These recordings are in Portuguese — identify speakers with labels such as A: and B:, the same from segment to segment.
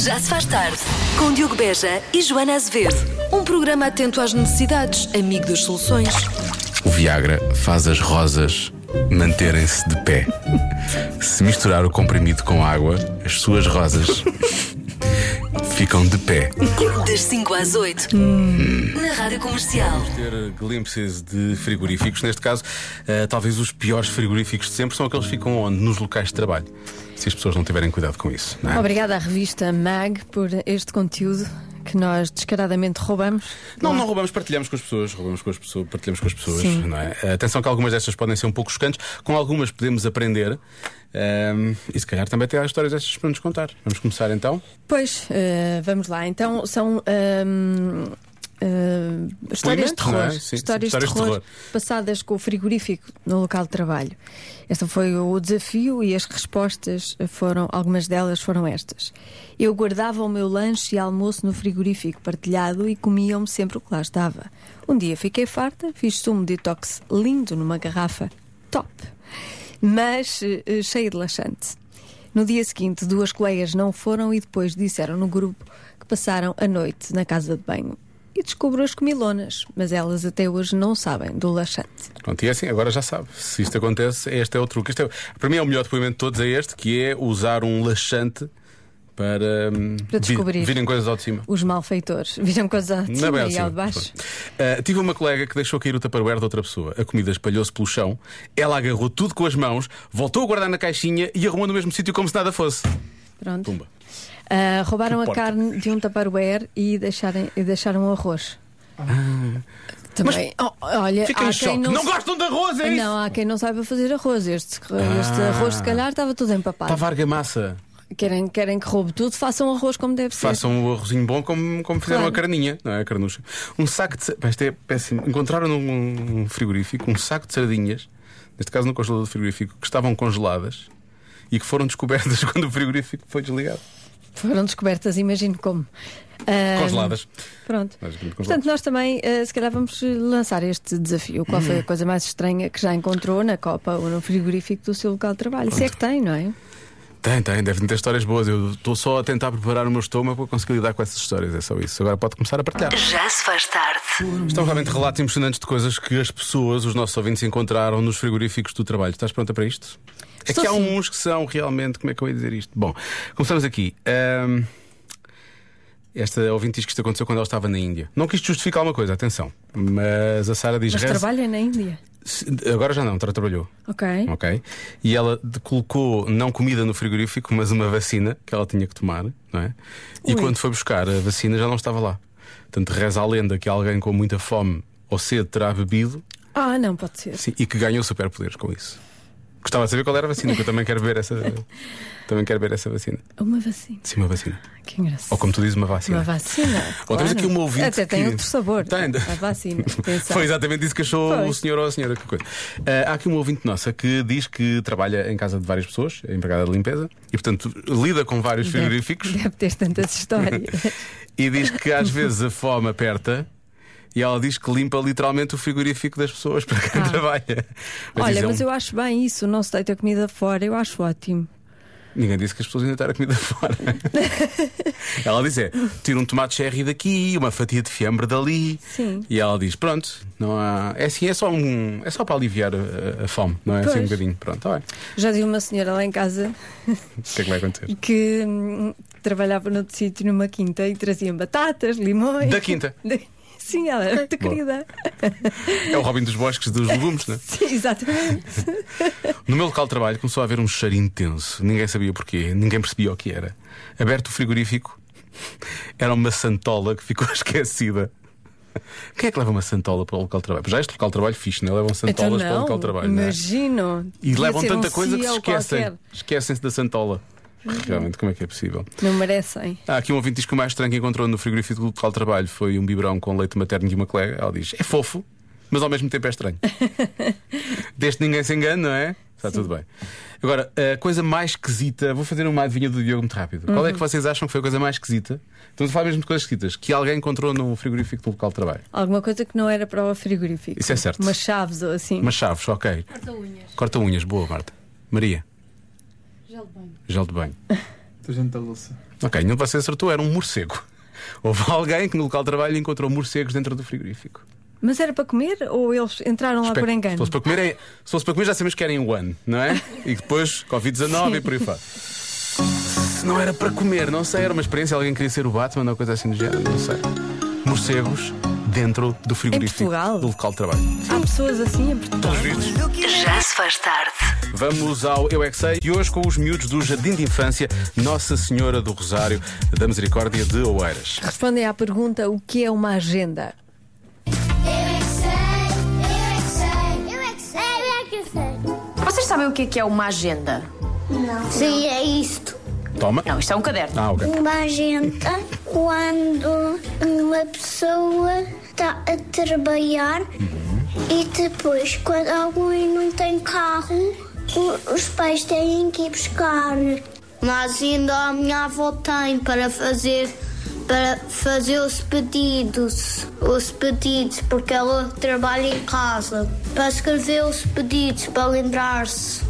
A: Já se faz tarde, com Diogo Beja e Joana Azevedo. Um programa atento às necessidades, amigo das soluções.
B: O Viagra faz as rosas manterem-se de pé. Se misturar o comprimido com água, as suas rosas ficam de pé.
A: Das 5 às 8,
C: Hum.
A: na Rádio Comercial.
B: Ter glimpses de frigoríficos, neste caso, eh, talvez os piores frigoríficos de sempre são aqueles que ficam onde? Nos locais de trabalho. Se as pessoas não tiverem cuidado com isso, não é?
C: Obrigada à revista Mag por este conteúdo que nós descaradamente roubamos.
B: Não, não roubamos, partilhamos com as pessoas, roubamos com as pessoas, partilhamos com as pessoas,
C: Sim.
B: não é? Atenção que algumas destas podem ser um pouco chocantes, com algumas podemos aprender. ehm, e se calhar também terá histórias destas para nos contar. Vamos começar então.
C: Pois, eh, vamos lá. Então, são. ahm, ahm, histórias de
B: Experimentos, não
C: terror,
B: é? Sim, sim,
C: histórias de
B: histórias de
C: terror,
B: terror.
C: passadas com o frigorífico no local de trabalho. Este foi o desafio e as respostas foram, algumas delas foram estas. Eu guardava o meu lanche e almoço no frigorífico partilhado e comiam-me sempre o que lá estava. Um dia fiquei farta, fiz sumo detox lindo numa garrafa top, mas eh, cheia de laxante. No dia seguinte, duas colegas não foram e depois disseram no grupo que passaram a noite na casa de banho e descobriu as comilonas, mas elas até hoje não sabem do laxante.
B: Pronto, e é assim, agora já sabe. Se isto acontece, este é o truque. Este é, para mim é o melhor depoimento de todos, é este, que é usar um laxante para, hum,
C: Para descobrir.
B: virem coisas ao de cima.
C: Os malfeitores viram coisa de
B: Não é bem ao de
C: cima e
B: cima.
C: ao de baixo.
B: Ah, tive uma colega que deixou cair o taparware de outra pessoa. A comida espalhou-se pelo chão, ela agarrou tudo com as mãos, voltou a guardar na caixinha e arrumou no mesmo sítio como se nada fosse.
C: Pronto.
B: Pumba.
C: Ah, roubaram
B: Que
C: a
B: porca.
C: carne de um taparware e, deixarem, e deixaram o arroz. Também, Oh, olha,
B: Fiquei
C: há
B: Ah. em
C: quem
B: choque. Não,
C: não,
B: gostam de arroz, é isso?
C: não, há quem não saiba fazer arroz. Este, este
B: Ah.
C: arroz, se calhar, estava todo empapado.
B: Estava argamassa.
C: Querem, querem que roube tudo, façam arroz como deve ser.
B: Façam o arrozinho bom como, como fizeram
C: Claro.
B: a carninha, não é? A carnucha. Um saco de. sa- Pá, Isto é péssimo. Encontraram num frigorífico um saco de sardinhas, neste caso no congelador do frigorífico, que estavam congeladas e que foram descobertas quando o frigorífico foi desligado.
C: Foram descobertas, imagino como. Ah,
B: Congeladas.
C: Pronto.
B: Basicamente congeladas.
C: Portanto, nós também, ah, se calhar, vamos lançar este desafio. Qual foi a coisa mais estranha que já encontrou na Copa ou no frigorífico do seu local de trabalho? Se é que tem, não é?
B: Tem, tem, devem ter histórias boas. Eu estou só a tentar preparar o meu estômago para conseguir lidar com essas histórias. É só isso. Agora pode começar a partilhar.
A: Já se faz tarde,
B: Estão realmente relatos impressionantes de coisas que as pessoas, os nossos ouvintes, encontraram nos frigoríficos do trabalho. Estás pronta para isto? É
C: Estou
B: que há
C: sim.
B: uns que são realmente. Como é que eu ia dizer isto? Bom, começamos aqui. Ahm, esta ouvinte diz que isto aconteceu quando ela estava na Índia. Não que isto justifique alguma coisa, atenção. Mas a Sara diz.
C: Mas
B: "Reza-
C: trabalha na Índia.
B: se- Agora já não, tra- trabalhou.
C: Ok.
B: Ok. E ela de- colocou não comida no frigorífico, mas uma vacina que ela tinha que tomar, não é? E
C: Ui.
B: quando foi buscar a vacina já não estava lá. Portanto, reza a lenda que alguém com muita fome ou sede terá bebido
C: Ah, não, pode ser.
B: sim, e que ganhou superpoderes com isso. Gostava de saber qual era a vacina, que eu também quero ver essa. também quero ver essa vacina.
C: Uma vacina.
B: Sim, uma vacina.
C: Que engraçado.
B: Ou como tu dizes, uma vacina.
C: Uma vacina.
B: Ou temos
C: claro.
B: aqui uma ouvinte
C: Até tem
B: que-
C: outro sabor.
B: Tem.
C: A vacina. Atenção.
B: Foi exatamente isso que achou
C: Pois.
B: o senhor ou a senhora. Que coisa. Ah, há aqui uma ouvinte nossa que diz que trabalha em casa de várias pessoas, é empregada de limpeza, e portanto lida com vários
C: Deve-
B: frigoríficos
C: Deve ter tantas histórias.
B: e diz que às vezes a fome aperta. E ela diz que limpa literalmente o frigorífico das pessoas para quem
C: Ah.
B: trabalha. Mas
C: Olha,
B: isso é
C: mas
B: um-
C: eu acho bem isso, não se deita comida fora, eu acho ótimo.
B: Ninguém disse que as pessoas iam deitar a comida fora. ela diz: é, tira um tomate cherry daqui, uma fatia de fiambre dali.
C: Sim.
B: E ela diz: pronto, não há. É assim, é só, um... é só para aliviar a, a fome, não é? Assim um
C: Pois.
B: bocadinho. Pronto, está bem.
C: Já dizia uma senhora lá em casa
B: O que é que vai acontecer?
C: que hum, trabalhava noutro sítio numa quinta e traziam batatas, limões.
B: Da quinta.
C: Da- Sim, ela era muito
B: Boa.
C: querida.
B: É o Robin dos Bosques dos legumes, não é?
C: Sim, exatamente.
B: No meu local de trabalho começou a haver um cheiro intenso. Ninguém sabia porquê, ninguém percebia o que era. Aberto o frigorífico, era uma santola que ficou esquecida. Quem é que leva uma santola para o local de trabalho? Já este local de trabalho fixe, não é? Levam
C: Então
B: santolas para o
C: não,
B: local de trabalho. não é?
C: imagino.
B: E
C: Devia
B: levam
C: ser
B: tanta
C: um
B: coisa que se
C: CEO
B: esquecem.
C: qualquer. Uhum.
B: Esquecem-se da Santola. Realmente, como é que é possível?
C: Não merecem.
B: Há aqui um ouvinte que diz que o mais estranho que encontrou no frigorífico do local de trabalho foi um biberão com leite materno de uma colega. Ela diz: é fofo, mas ao mesmo tempo é estranho. Desde que ninguém se engane, não é? Está tudo bem. Agora, a coisa mais esquisita, vou fazer uma adivinha do Diogo muito rápido. Qual é que vocês acham que foi a coisa mais esquisita? Estamos a falar mesmo de coisas esquisitas, que alguém encontrou num frigorífico do local de trabalho.
C: Alguma coisa que não era para o frigorífico.
B: Isso é certo.
C: Umas chaves ou assim.
B: Umas chaves, ok. Corta-unhas. Corta-unhas, boa, Marta. Maria. Gel de banho. Gel de banho.
D: Detergente da louça.
B: Ok, nenhum de vocês acertou, era um morcego. Houve alguém que no local de trabalho encontrou morcegos dentro do frigorífico.
C: Mas era para comer ou eles entraram lá por
B: Espe-
C: engano?
B: Se fosse para comer, é- se fosse para comer já sabemos que era em one, não é? E depois Covid-19 e por aí fora. Se não era para comer, não sei, era uma experiência, alguém queria ser o Batman ou coisa assim do género, não sei. Morcegos dentro do frigorífico
C: Portugal?
B: do local de trabalho.
C: Há pessoas assim em Portugal.
B: Pelos vistos.
A: Já se faz tarde.
B: Vamos ao Eu é que sei, e hoje com os miúdos do Jardim de Infância Nossa Senhora do Rosário da Misericórdia de Oeiras.
C: Respondem à pergunta: o que é uma agenda?
D: Vocês sabem o que é que é uma agenda?
E: Sim, é isto.
B: Toma.
D: Não, isto é um caderno.
B: Ah, ok.
E: Uma gente, quando uma pessoa está a trabalhar e depois, quando alguém não tem carro, o- os pais têm que ir buscar. Mas ainda a minha avó tem para fazer para fazer os pedidos, os pedidos, porque ela trabalha em casa, para escrever os pedidos, para lembrar-se.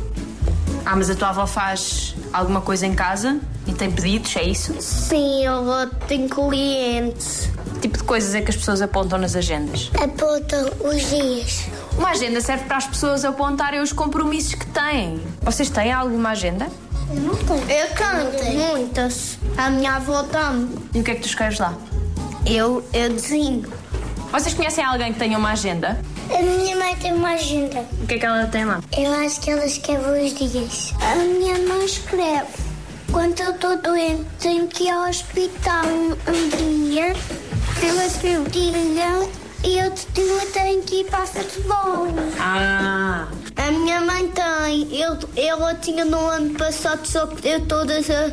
D: Ah, mas a tua avó faz alguma coisa em casa e tem pedidos, é isso?
E: Sim, ela tem clientes.
D: Que tipo de coisas é que as pessoas apontam nas agendas?
E: Apontam os dias.
D: Uma agenda serve para as pessoas apontarem os compromissos que têm. Vocês têm alguma agenda?
E: Eu canto muitas. A minha avó também.
D: E o que é que tu escreves lá?
E: Eu, eu desenho.
D: Vocês conhecem alguém que tenha uma agenda?
E: A minha mãe tem uma agenda.
D: O que é que ela tem lá?
E: Eu acho que ela escreve os dias. A minha mãe escreve. Quando eu estou doente, tenho que ir ao hospital um, um dia. Pela filha. E outro dia tenho que ir para futebol.
D: Ah,
E: A minha mãe tem. Eu, ela tinha no ano passado, só que eu todas a,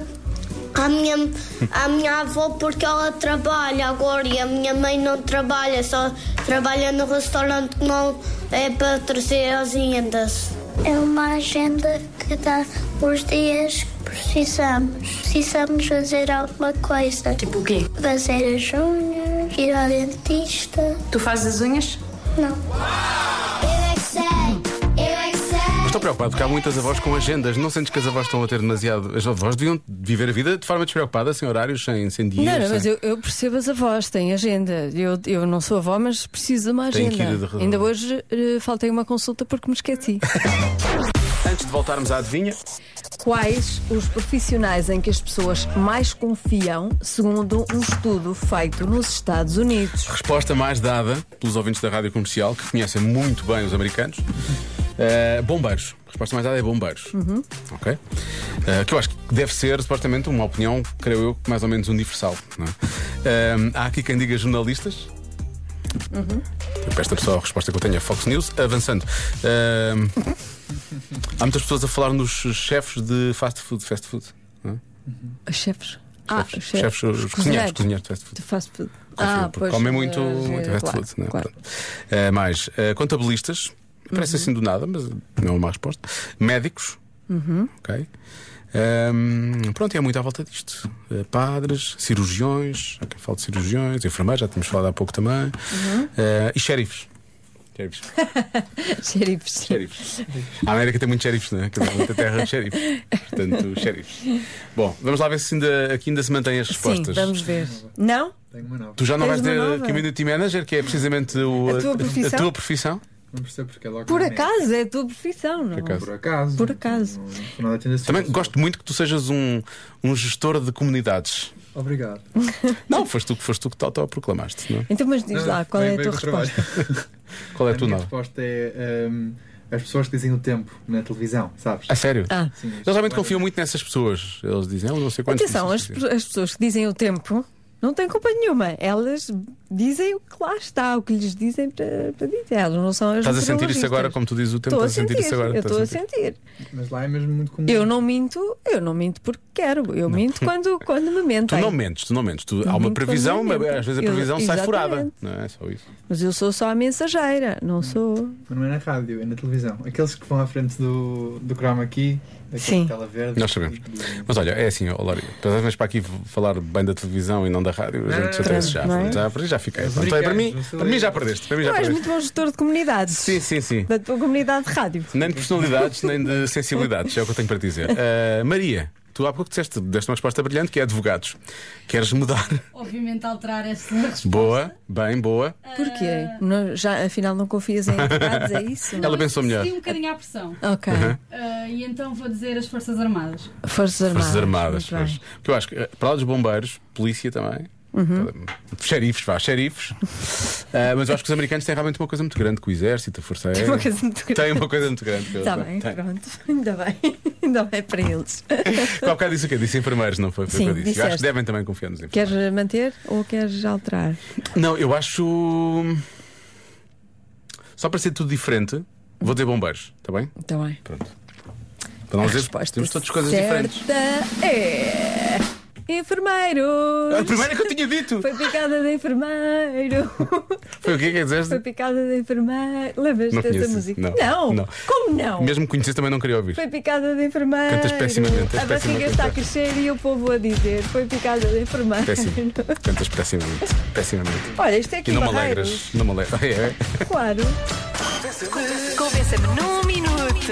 E: a, minha, a minha avó, porque ela trabalha agora e a minha mãe não trabalha, só trabalha no restaurante que não é para trazer as rendas. É uma agenda que dá os dias que precisamos. Precisamos fazer alguma coisa.
D: tipo o quê?
E: Fazer as unhas, ir ao dentista.
D: Tu fazes as unhas?
E: Não. Eu é que sei, eu é que sei.
B: Estou preocupado porque há muitas avós com agendas. Não sentes que as avós estão a ter demasiado. As avós deviam viver a vida de forma despreocupada, sem horários, sem, sem dias.
C: Não, não,
B: sem-
C: mas eu, eu percebo as avós, têm agenda. Eu, eu não sou avó, mas preciso de uma
B: Tem que ir
C: agenda.
B: de-
C: Ainda hoje eh, faltei uma consulta porque me esqueci.
B: Antes de voltarmos à adivinha,
C: Quais os profissionais em que as pessoas mais confiam, segundo um estudo feito nos Estados Unidos?
B: resposta mais dada pelos ouvintes da rádio comercial, que conhecem muito bem os americanos: eh, bombeiros. A resposta mais dada é bombeiros. Ok? Eh, que eu acho que deve ser, supostamente, uma opinião, creio eu, mais ou menos universal. não é? Eh, há aqui quem diga jornalistas. Tipo, Esta pessoa, a resposta que eu tenho é Fox News. Avançando. Eh, há muitas pessoas a falar nos chefes de fast food, fast food. não é?
C: Os chefes. Ah,
B: Chefes, chefes, os cozinheiros, cozinheiros de fast food.
C: De fast food.
B: Confio, porque comem muito,
C: eh,
B: muito
C: claro,
B: fast food. Né?
C: claro. Uhum.
B: Pronto. Eh, mais eh, contabilistas, parece assim do nada, mas não é uma má resposta. Médicos,
C: Uhum.
B: ok. Ehm, pronto, e é muito à volta disto. Eh, padres, cirurgiões, ok, falo de cirurgiões, enfermeiros, já tínhamos falado há pouco também.
C: Uhum.
B: Eh, e xerifes. Xerifes.
C: Xerifes.
B: Xerifes. A América tem muitos xerifes, não é? Quer dizer, muita terra de xerifes. Portanto, xerifes. Bom, vamos lá ver se ainda, aqui ainda se mantêm as
C: Sim,
B: respostas.
C: vamos ver. Não?
F: Tenho uma nova.
B: Tu já não
C: Tens
B: vais ter
C: uma nova?
B: community manager, que é precisamente o-
C: A tua profissão?
B: tua profissão?
F: Não percebo porque é logo.
C: Por
F: na net.
C: acaso, é a tua profissão, não?
B: acaso.
F: Por acaso.
C: Por acaso.
F: Não, não tipo tenho nada a tendência.
B: Também gosto muito que tu sejas um, um gestor de comunidades.
F: Obrigado.
B: Não, foste tu, que- foste tu que te autoproclamaste, não é?
C: Então, mas diz
F: Não,
C: lá,
F: não,
C: qual
F: bem-
C: é a
F: bem
C: tua
F: com o trabalho.
C: resposta?
B: Qual é
F: a
B: a tua
F: minha
B: nova?
F: resposta é hum, as pessoas que dizem o tempo na televisão, sabes?
B: A sério?
C: Ah.
F: Sim,
B: Eles realmente confiam muito nessas pessoas. Eles dizem, eu não sei quantos.
C: Atenção, as,
B: dizem.
C: as pessoas que dizem o tempo não têm culpa nenhuma. Elas dizem o que lá está, o que lhes dizem para, para dizer. Elas não são as
B: Estás a sentir isso
C: meteorologistas.
B: agora, como tu dizes o tempo?
C: Estou a
B: estás
C: sentir,
B: isso agora?
C: eu
B: Estás
C: estou a sentir.
F: Mas lá é mesmo muito comum.
C: Eu não minto, eu não minto porque quero, eu minto quando, quando me
B: Tu
C: mentem.
B: não mentes, tu não mentes. Tu,
C: Não
B: há uma
C: minto
B: previsão, mas
C: completamente.
B: às vezes a
C: Eu-
B: previsão sai
C: exatamente.
B: furada. Não é só isso.
C: Mas eu sou só a mensageira, não sou.
F: Mas não é na rádio, é na televisão. Aqueles que vão à frente do, do chroma aqui,
C: Sim.
F: daquela tela verde.
B: Nós sabemos.
F: Dizem-
B: Mas olha, é assim, ó, Lória, estás para aqui falar bem da televisão e não da rádio, a gente chateia-se já.
C: Não é?
B: Já, já fiquei.
F: Os
B: Pronto, é para, mim,
F: americanos, não sou
B: para mim
F: eu.
B: já perdeste. Para mim já
C: Tu és
B: perdeste.
C: muito bom gestor de comunidades.
B: Sim, sim, sim.
C: Da tua comunidade de rádio.
B: Nem de personalidades, nem de sensibilidades, é o que eu tenho para te dizer. Ah, Maria, tu tu há pouco disseste, deste uma resposta brilhante que é advogados. Queres mudar?
G: Obviamente alterar esta resposta.
B: Boa, bem, boa.
C: Porquê? Não- já, afinal, não confias em advogados, é isso?
B: Ela pensou melhor.
G: Senti um bocadinho à pressão.
C: Ok.
G: Ah, e então vou dizer as Forças Armadas.
C: Forças Armadas.
B: Forças Armadas.
C: muito bem.
B: pois. Porque eu acho que, eh, para lá dos bombeiros, polícia também.
C: Uhum.
B: Xerifes, vá, xerifes. Ah, mas eu acho que os americanos têm realmente uma coisa muito grande com o exército, a força aérea.
C: É Uma coisa muito grande.
B: Tem uma coisa muito grande. que eu-
C: Está Tá bem,
B: Tem.
C: pronto. Ainda bem. Ainda bem para eles.
B: Há bocado disse o quê? Disse enfermeiros, não foi? Foi
C: Sim,
B: o que eu disse. Eu acho que
C: disseste.
B: devem também confiar nos enfermeiros.
C: Queres manter ou queres alterar?
B: Não, eu acho. Só para ser tudo diferente, vou dizer bombeiros, está bem?
C: Está bem.
B: Pronto. Para não dizer,
C: Então é. Resposta
B: temos todas coisas
C: certa
B: diferentes.
C: é. Enfermeiros!
B: A primeira que eu tinha dito!
C: Foi picada de enfermeiro!
B: Foi o que é que disseste?
C: Foi picada de enfermeiro! Lembras-te
B: Não
C: dessa
B: conheço.
C: música?
B: Não. Não.
C: Como não?
B: Mesmo que conhecesse, também não queria ouvir.
C: Foi picada de enfermeiro.
B: Cantas pessimamente, és
C: A
B: péssima
C: barriga está a
B: cantora.
C: crescer e o povo a dizer: Foi picada de enfermeiro.
B: Péssimo.
C: Então.
B: Cantas pessimamente. Pessimamente.
C: Olha, isto é aqui
B: E não me
C: Barreiros.
B: alegras. Não me alegras. É, é.
C: Claro.
A: Convença-me num minuto.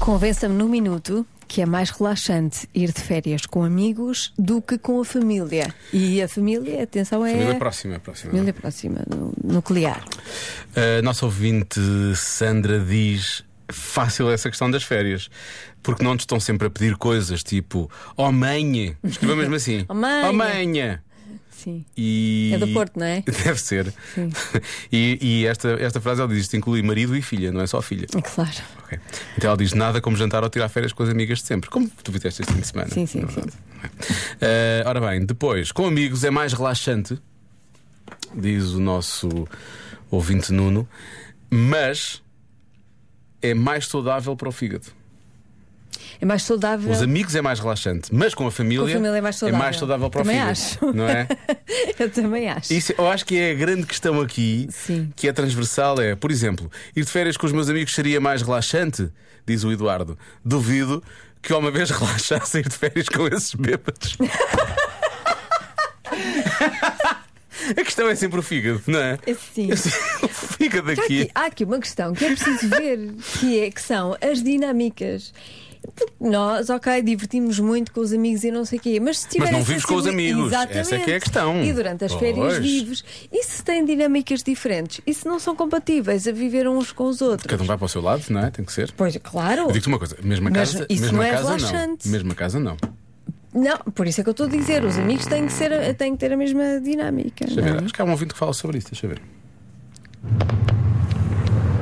C: Convença-me num minuto que é mais relaxante ir de férias com amigos do que com a família. E a família, atenção, é
B: Família próxima, próxima.
C: família próxima, nu- nuclear.
B: A nossa ouvinte Sandra diz. Fácil essa questão das férias, porque não te estão sempre a pedir coisas tipo oh manhã, escreva mesmo assim
C: Oh, manha.
B: "Oh, manha."
C: Sim.
B: E...
C: É do Porto, não é?
B: Deve ser. E, e esta, esta frase ela diz: isto inclui marido e filha, não é só filha.
C: É Claro.
B: Ok. Então ela diz: nada como jantar ou tirar férias com as amigas de sempre. Como tu fizeste este fim de semana. é
C: Sim, sim,
B: na
C: sim.
B: verdade. Eh, ora bem, depois, com amigos é mais relaxante, diz o nosso ouvinte Nuno, mas é mais saudável para o fígado.
C: É mais saudável.
B: Os amigos é mais relaxante, mas com a família,
C: Com a família é mais saudável.
B: para
C: Também
B: o fígado.
C: acho.
B: Não é?
C: Eu também acho.
B: Isso, eu acho que é a grande questão aqui,
C: Sim.
B: que é transversal, é, por exemplo, ir de férias com os meus amigos seria mais relaxante, diz o Eduardo. Duvido que alguma vez relaxasse ir de férias com esses bêbados. a questão é sempre o fígado, não é?
C: É sim.
B: O fígado
C: Há aqui,
B: aqui.
C: há aqui uma questão que é preciso ver, que, é, que são as dinâmicas. Porque Nós, ok, divertimos muito com os amigos e não sei o quê, mas se tiver
B: não
C: a
B: vives com os
C: sensibilidade-
B: amigos.
C: Exatamente.
B: Essa é que é a questão.
C: E durante as férias
B: Pois.
C: vives. E se têm dinâmicas diferentes? E se não são compatíveis a viver uns com os outros?
B: Cada um vai para o seu lado, não é? Tem que ser.
C: Pois, claro.
B: Eu Digo-te uma coisa, mesma
C: Mas
B: casa,
C: isso
B: mesma
C: não é
B: casa
C: relaxante.
B: não. Mesma casa não.
C: Não, por isso é que eu estou a dizer, os amigos têm que, ser, têm que ter a mesma dinâmica.
B: Deixa eu ver,
C: não é?
B: acho que há um ouvinte que fala sobre isso, deixa eu ver.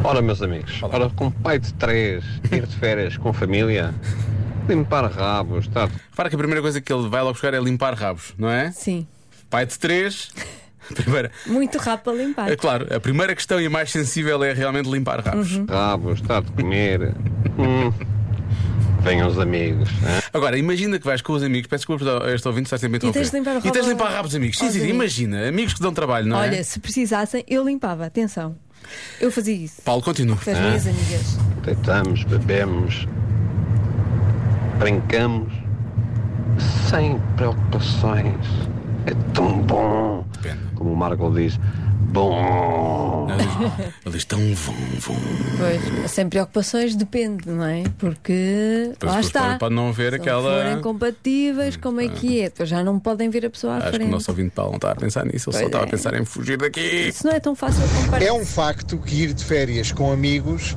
H: Ora, meus amigos, ora, com pai de três, ir de férias com família, limpar rabos, estar de
B: Para que a primeira coisa que ele vai lá buscar é limpar rabos, não é?
C: Sim.
B: Pai de três. Primeira,
C: Muito rápido a limpar.
B: é claro, a primeira questão e a mais sensível é realmente limpar rabos.
C: Uhum.
H: rabos, estar de comer. Hum. Venham os amigos, né?
B: Agora, imagina que vais com os amigos, peço desculpa a este ouvinte, está sempre a
C: E tens
B: interromper.
C: de limpar o
B: E tens de
C: rabo
B: limpar rabos, amigos. Sim,
C: aos
B: sim, sim,
C: amigos.
B: imagina, amigos que dão trabalho, não
C: Olha,
B: é?
C: se precisassem, eu limpava, atenção. Eu fazia isso.
B: Paulo, continua.
C: Com as minhas amigas.
H: deitamos, bebemos, brincamos, sem preocupações. É tão bom.
B: Pena.
H: Como o Marco diz, bom.
B: Eles estão vão, vão.
C: Pois, sem preocupações, depende, não é? Porque
B: Pois,
C: lá
B: pois,
C: está.
B: pode- pode não haver
C: Se
B: aquela- Hum,
C: forem compatíveis, como é que é? Depois já não podem ver a pessoa à
B: Acho que
C: frente.
B: o nosso ouvinte Paulo não estava a pensar nisso, ele só
C: Pois
B: estava a
C: é.
B: pensar em fugir daqui.
C: Isso não é tão fácil de comparar.
I: É um facto que ir de férias com amigos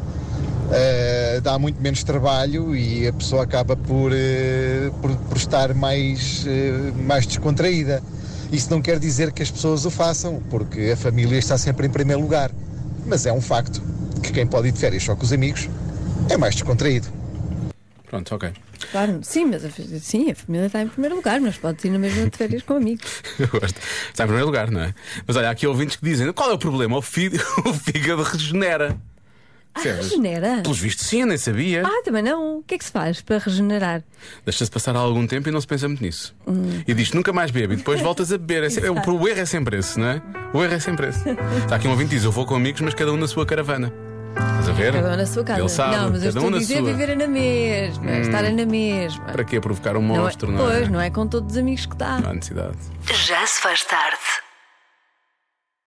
I: eh, dá muito menos trabalho e a pessoa acaba por, eh, por, por estar mais, eh, mais descontraída. Isso não quer dizer que as pessoas o façam, porque a família está sempre em primeiro lugar. Mas é um facto que quem pode ir de férias só com os amigos é mais descontraído.
B: Pronto, ok.
C: Claro, sim, mas a, sim, a família está em primeiro lugar, mas pode ir na mesma de férias com amigos.
B: Eu gosto. Está em primeiro lugar, não é? Mas olha, há aqui ouvintes que dizem: qual é o problema? O fí- o fígado regenera.
C: Ah,
B: Percebes?
C: regenera?
B: Pelos vistos, sim, eu nem sabia.
C: Ah, também não. O que é que se faz para regenerar?
B: Deixa-se passar algum tempo e não se pensa muito nisso. E diz nunca mais bebe e depois voltas a beber. É se- é- o, o erro é sempre esse, não é? O erro é sempre esse. Está aqui um ouvinte que diz: eu vou com amigos, mas cada um na sua caravana. Estás a ver?
C: Cada um na sua casa.
B: Ele sabe,
C: não, mas eu
B: cada
C: estou
B: um
C: a
B: na
C: dizer
B: sua. Hum.
C: viver na mesma, estarem na mesma.
B: Para quê? Provocar um
C: Não é-
B: monstro, não é?
C: Pois, não é com todos os amigos que está.
B: Não há necessidade.
A: Já se faz tarde.